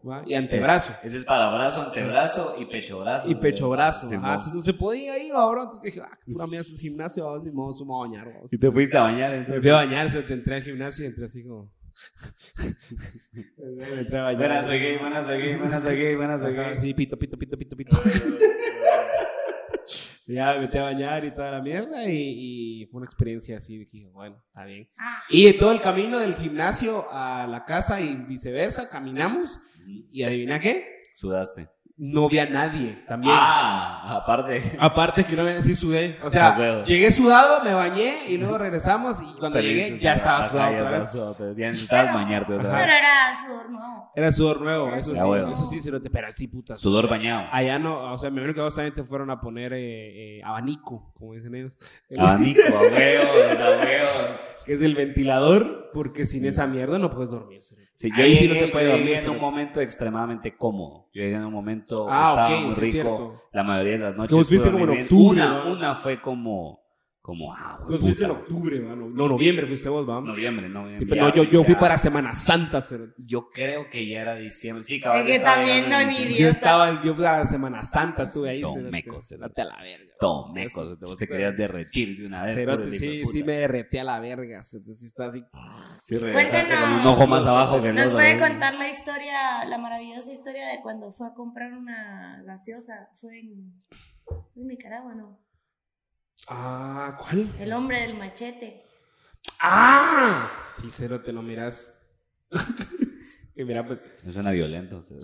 B: ¿va? y antebrazo.
A: Ese es para brazo, antebrazo y pecho brazo.
B: Eh, Y pecho brazo,
A: Sí,
B: ajá.
A: mo.
B: Entonces no se podía ahí, ahora Entonces dije, ah, pura mía, eso es gimnasio, vamos, ni modo, sumo a bañar, vamos.
A: Y te fuiste a bañar
B: Me
A: entonces.
B: fui a bañar, se te entré al gimnasio y entré así como. Me entré a bañar.
A: Buenas, soy gay, buenas, soy gay, buenas, soy gay, buenas, soy
B: Ajá,
A: gay.
B: Sí, pito, pito, pito, pito, pito. ya me metí a bañar y toda la mierda y, y fue una experiencia así, dije, bueno, está bien.
C: Ah,
B: Y todo el camino del gimnasio a la casa y viceversa, caminamos
A: Ujú.
B: y adivina qué,
A: Sudaste.
B: no vi a nadie también.
A: Ah, aparte.
B: Aparte que no ven así sudé, o sea,
A: Ah, huevo.
B: llegué sudado, me bañé y luego regresamos y cuando llegué
A: Saliste
B: ya
A: sudado.
B: estaba
A: Ajá,
B: sudado
A: ya
B: otra
A: estaba
B: vez.
A: sudado otra vez. Ya necesitabas bañarte otra
B: Ajá.
A: vez.
C: pero era sudor nuevo.
B: Era sudor nuevo, eso
A: Ya,
B: sí,
A: huevo.
B: eso sí, se lo te pero sí, puta,
A: Sudor bañado.
B: Allá no, o sea, me imagino que a vos también te fueron a poner eh, eh, abanico, como dicen ellos,
A: Abanico, a huevos, a huevos.
B: que es el ventilador, porque sin esa mierda no puedes dormir. cerote.
A: Sí, yo
B: Ahí
A: llegué,
B: sí no se puede
A: yo
B: dormir.
A: llegué en un
B: cerote.
A: momento extremadamente cómodo. Yo llegué en un momento
B: Ah,
A: Oh, estaba
B: ok,
A: muy
B: sí,
A: rico.
B: cierto.
A: La mayoría de las noches.
B: vos fuiste
A: estuve
B: como en
A: muy bien.
B: octubre,
A: Una,
B: ¿no?
A: una fue como, como, ah,
B: Nos
A: güey,
B: fuiste en
A: puta.
B: octubre, mano. No, noviembre fuiste vos, vamos.
A: noviembre, noviembre.
B: Sí, pero
A: Ya,
B: yo, yo fui
A: ya.
B: para Semana Santa, cerote.
A: Yo creo que ya era diciembre. Sí, cabrón.
C: Es que también no ni
B: Yo
C: Idiota.
B: estaba, yo para Semana Santa estuve ahí. cerote.
A: Tomeco, cerote.
B: Date a la verga.
A: Tomeco, vos te querías derretir de una vez.
B: Cerote,
A: puro hijo de
B: sí,
A: puta.
B: sí me derretí a la verga. cerote, sí está así.
A: Sí, regresaste con
C: Cuéntanos.
A: un ojo más abajo que el
C: Pues Nos
A: otro, ¿eh?
C: puede
A: güey.
C: contar la historia, la maravillosa historia de cuando fue a comprar una gaseosa. Fue en, en Nicaragua, ¿no?
B: Ah, ¿cuál?
C: El hombre del machete.
B: ¡Ah! Sí, cero te lo miras. que mira, pues,
A: No suena violento. o sea.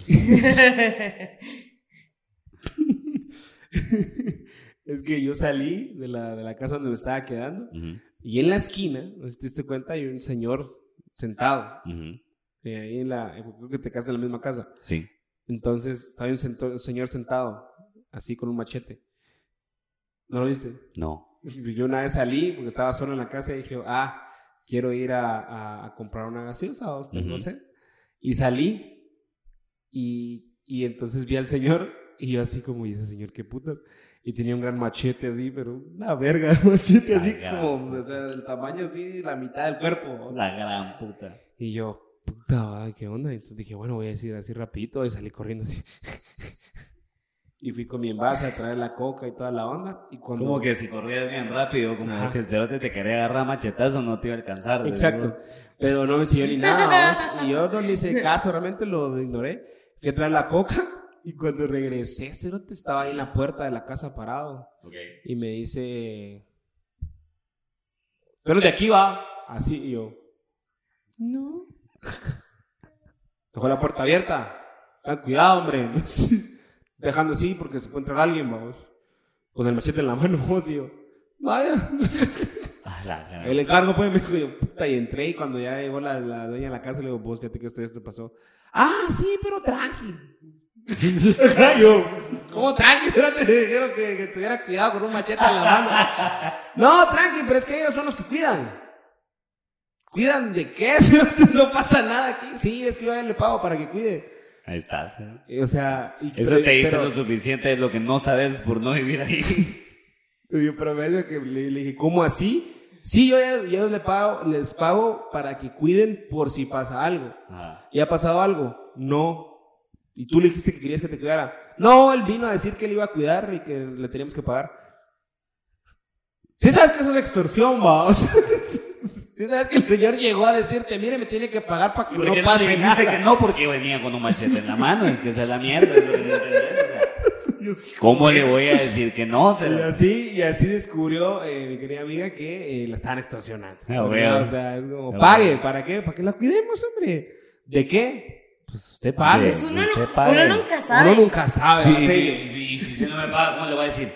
B: es que yo salí de la, de la casa donde me estaba quedando
A: Ujú,
B: y en la esquina, no sé si te diste cuenta, hay un señor sentado.
A: ujú.
B: eh, ahí en la, creo que te casas en la misma casa.
A: Sí.
B: Entonces, estaba un, sento- un señor sentado, así con un machete. ¿No lo viste?
A: No.
B: Yo una vez salí porque estaba solo en la casa y dije, ah, quiero ir a, a- a comprar una gaseosa o no
A: Ujú.
B: sé. Y salí y, y entonces vi al señor y yo así como, ¿y ese señor qué putas? Y tenía un gran machete así, pero una verga, un machete así
A: Ay,
B: como,
A: gato.
B: o sea, el tamaño así, la mitad del cuerpo.
A: La gran puta.
B: Y yo, puta, va, ¿qué onda? Entonces dije, bueno, voy a decir así rapidito y salí corriendo así. y fui con mi envase a traer la coca y toda la onda. Y cuando...
A: Como que si corrías bien rápido, como
B: Ajá.
A: si el cerote te quería agarrar a machetazo, no te iba a alcanzar.
B: Exacto. Pero no me siguió ni nada, vamos. Y yo no le hice caso, realmente lo ignoré. Fui a traer la coca y cuando regresé, Cerote estaba ahí en la puerta de la casa parado.
A: ¿verdad?
B: Y me dice... Pero de aquí va. Así y yo. No. Dejó la puerta abierta. Ten cuidado, hombre. Dejando así porque se puede entrar alguien, vamos. Con el machete en la mano, vos y yo. Vaya.
A: A Ah, la gran-
B: El encargo, pues, me dijo, yo, puta, y entré y cuando ya llegó la, la dueña de la casa, le digo, vos, fíjate que esto, esto pasó. Ah, sí, pero tranqui. yo, ¿cómo tranqui? Pero te dijeron que, que tuviera cuidado con un machete en la mano. No, tranqui, pero es que ellos son los que cuidan. ¿Cuidan de qué? Si no, no pasa nada aquí. Sí, es que yo a él le pago para que cuide.
A: Ahí estás. ¿eh?
B: Y, O sea, y-
A: Eso
B: pero-
A: te dice
B: pero-
A: lo suficiente de lo que no sabes por no vivir ahí.
B: Y Yo, pero medio que le, le dije, ¿cómo así? Sí, yo, ya- yo les, pago, les pago para que cuiden por si pasa algo.
A: Ajá.
B: ¿Y ha pasado algo? No. Y tú le dijiste que querías que te cuidara. No, él vino a decir que le iba a cuidar y que le teníamos que pagar. Sí sabes que eso es extorsión, vamos. Sí sabes que el señor llegó a decirte, mire, me tiene que pagar para que
A: ¿Y
B: no
A: por qué no le
B: pase
A: dijiste
B: nada.
A: que no? Porque venía con un machete en la mano. Es que esa es la mierda. es lo que no entendés, o sea.
B: Yo sí,
A: ¿Cómo le voy a decir que no? O sea,
B: Y así, y así descubrió eh, mi querida amiga que eh, la estaban extorsionando.
A: Ah,
B: ¿Verdad?
A: bueno.
B: O sea, es como,
A: Ah,
B: pague,
A: bueno.
B: ¿para qué? ¿Para que la cuidemos, hombre? ¿De qué? Pues usted pague.
A: De-
C: Pues uno, no-
A: Usted pague.
C: uno nunca sabe.
B: Uno nunca sabe.
A: Ah, sí,
B: en
A: y-
B: serio.
A: y- y si usted no me paga, ¿cómo le voy a decir?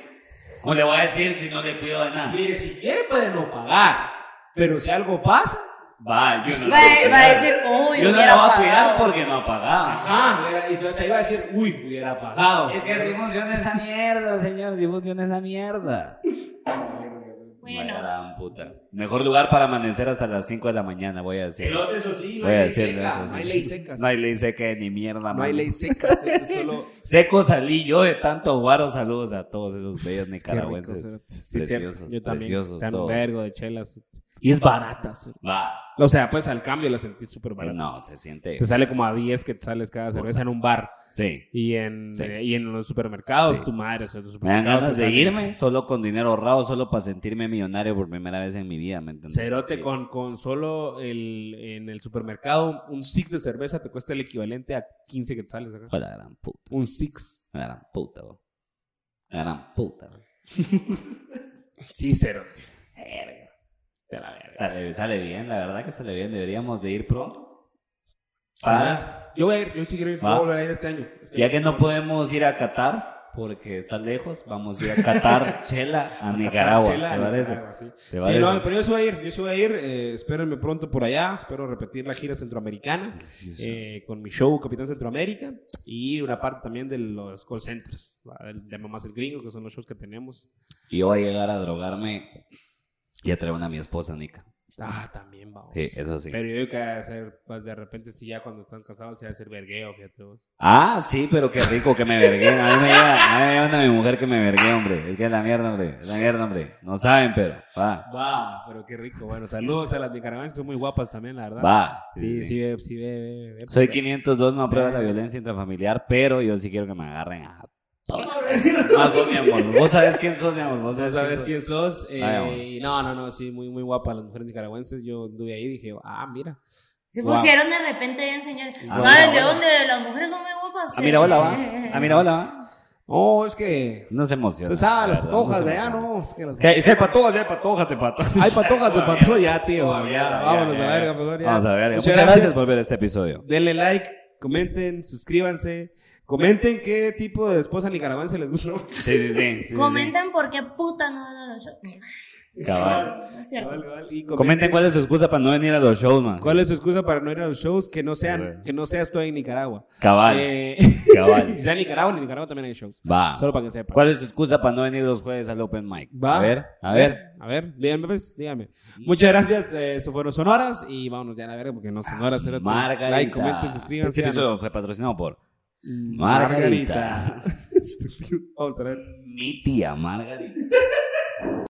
A: ¿Cómo le voy a decir si no le cuido de nada?
B: Mire, si quiere puede no pagar, pero si algo pasa,
A: Va, yo no
C: Va,
A: le voy
C: va a
A: cuidar.
C: decir, oh, yo
A: Yo no
C: hubiera
A: la voy a cuidar
C: pagado.
A: porque no pagaba.
B: ajá, era- ah, entonces ahí va a decir, uy, hubiera pagado.
A: Es que así funciona esa mierda, señor. Así funciona esa mierda. Vaya
C: Bueno,
A: gran puta. Mejor lugar para amanecer hasta las 5 de la mañana, voy a decir.
B: Pero eso sí, no
A: Voy a
B: hay ley
A: decirle
B: seca,
A: eso,
B: no hay
A: sí.
B: ley seca.
A: No hay ley seca de ni mierda,
B: No hay
A: mano.
B: ley seca, se- solo...
A: Seco salí yo de tanto guaro. Saludos a todos esos
B: Qué
A: bellos
B: rico,
A: nicaragüenses.
B: cerote. Sí,
A: Preciosos,
B: cierto. Yo también.
A: preciosos
B: Tan
A: todos.
B: vergo de chelas. Y es barata. cerote.
A: Va.
B: O sea, pues al cambio la sentí súper
A: Pero
B: barata.
A: no, eh. se siente.
B: Te sale como a 10 que te sales cada cerveza en un bar.
A: Sí.
B: Y en,
A: Sí.
B: y en los supermercados,
A: Sí.
B: tu madre, o sea, los
A: Me dan
B: supermercados.
A: ganas
B: te
A: de
B: salen-
A: irme solo con dinero ahorrado, solo para sentirme millonario por primera vez en mi vida, ¿me entiendes?
B: Cerote
A: Sí.
B: con, con solo el, en el supermercado, un six de cerveza te cuesta el equivalente a 15 quetzales acá.
A: Fue la gran puta.
B: Un six.
A: La gran puta, bro. La gran puta, bro.
B: Sí, cerote. De la verga.
A: Sale, sale bien, la verdad que sale bien. Deberíamos de ir pronto. Para,
B: Ah, Yo voy a ir, yo sí quiero ir. Voy
A: Va.
B: a volver a ir este año. Este
A: ya
B: año.
A: que no podemos ir a Qatar, porque está lejos, vamos a ir a Qatar, Chela, a Nicaragua.
B: Chela,
A: ¿Te
B: a
A: parece?
B: Nicaragua, sí.
A: ¿Te
B: Sí,
A: parece?
B: no, pero yo sí voy a ir, yo sí voy a ir. eh, espérenme pronto por allá. Espero repetir la gira centroamericana
A: Sí, sí.
B: eh, con mi show Capitán Centroamérica y una parte también de los call centers, ¿va? El de Mamás el Gringo, que son los shows que tenemos.
A: Y yo voy a llegar a drogarme y a traer una a mi esposa, Nica.
B: Ah, también vamos.
A: Sí, eso sí.
B: Pero yo digo que ha de ser, pues, de repente, si ya cuando están casados, se va a hacer vergueo, fíjate vos.
A: Ah, sí, pero qué rico que me vergué. A mí me lleva, a mí me lleva una mi mujer que me vergué, hombre. Es que es la mierda, hombre. Es la mierda, hombre. No saben, pero va,
B: Va, pero qué rico. Bueno, saludos a las nicaragüenses, que son muy guapas también, la verdad.
A: va.
B: Sí, sí, ve- sí, ve- ve- ve.
A: Soy 502, no aprueba la violencia intrafamiliar, pero yo sí quiero que me agarren a todos. Más vos, mi amor. Vos sabés quién sos, mi amor. Vos
B: Ya
A: sabés,
B: sabes
A: quién
B: quién sos. eh,
A: Ay, amor.
B: y no, no, no, sí, muy, muy guapa las mujeres nicaragüenses. Yo anduve ahí y dije, ah, mira.
C: se
B: Wow.
C: pusieron de repente bien, señores.
A: Ah,
C: ¿Saben
A: mira,
C: de
A: hola.
C: dónde las mujeres son muy guapas?
A: sos. A Mirabola Ah, va. A Mirabola va.
B: Oh, es que.
A: No se emociona.
B: Tú sabes, las
A: la verdad, no
B: ah, patojas
A: se
B: de allá,
A: emociona.
B: no. Es que las...
A: Que hay- que hay patojas, ya hay patojas, te pato.
B: Hay patojas de patrón ya, tío.
A: Vamos a
B: ya,
A: ver,
B: vámonos
A: ya,
B: a
A: ya.
B: verga, pues, ya.
A: Vamos a ver. Muchas, gracias por ver este episodio.
B: Denle like, comenten, suscríbanse. Comenten qué tipo de esposa nicaragüense les gusta.
A: Sí, sí, sí. sí, sí.
C: Comenten por qué puta no van a los shows.
A: Cabal.
C: No es cierto.
B: Vale, vale, y
A: Comenten cuál es su excusa para no venir a los shows, man.
B: cuál es su excusa para no ir a los shows que no sean,
A: Bueno.
B: que no seas tú en Nicaragua.
A: Cabal.
B: Eh,
A: Cabal.
B: sea en Nicaragua, en Nicaragua también hay shows.
A: Va.
B: Solo para que sepan.
A: ¿Cuál es tu excusa para no venir los jueves al Open Mic?
B: Va.
A: A ver, a ver.
B: A ver, díganme, pues, díganme. Muchas gracias, eh, eso fueron sonoras y vámonos ya a la verga porque no sonoras. era tu-
A: Margarita.
B: Like, comenten, suscríbanse.
A: Este episodio
B: síganos.
A: fue patrocinado por
B: Mm,
A: Margarita.
B: Margarita. Estúpido. Vamos a ver.
A: mi tía Margarita.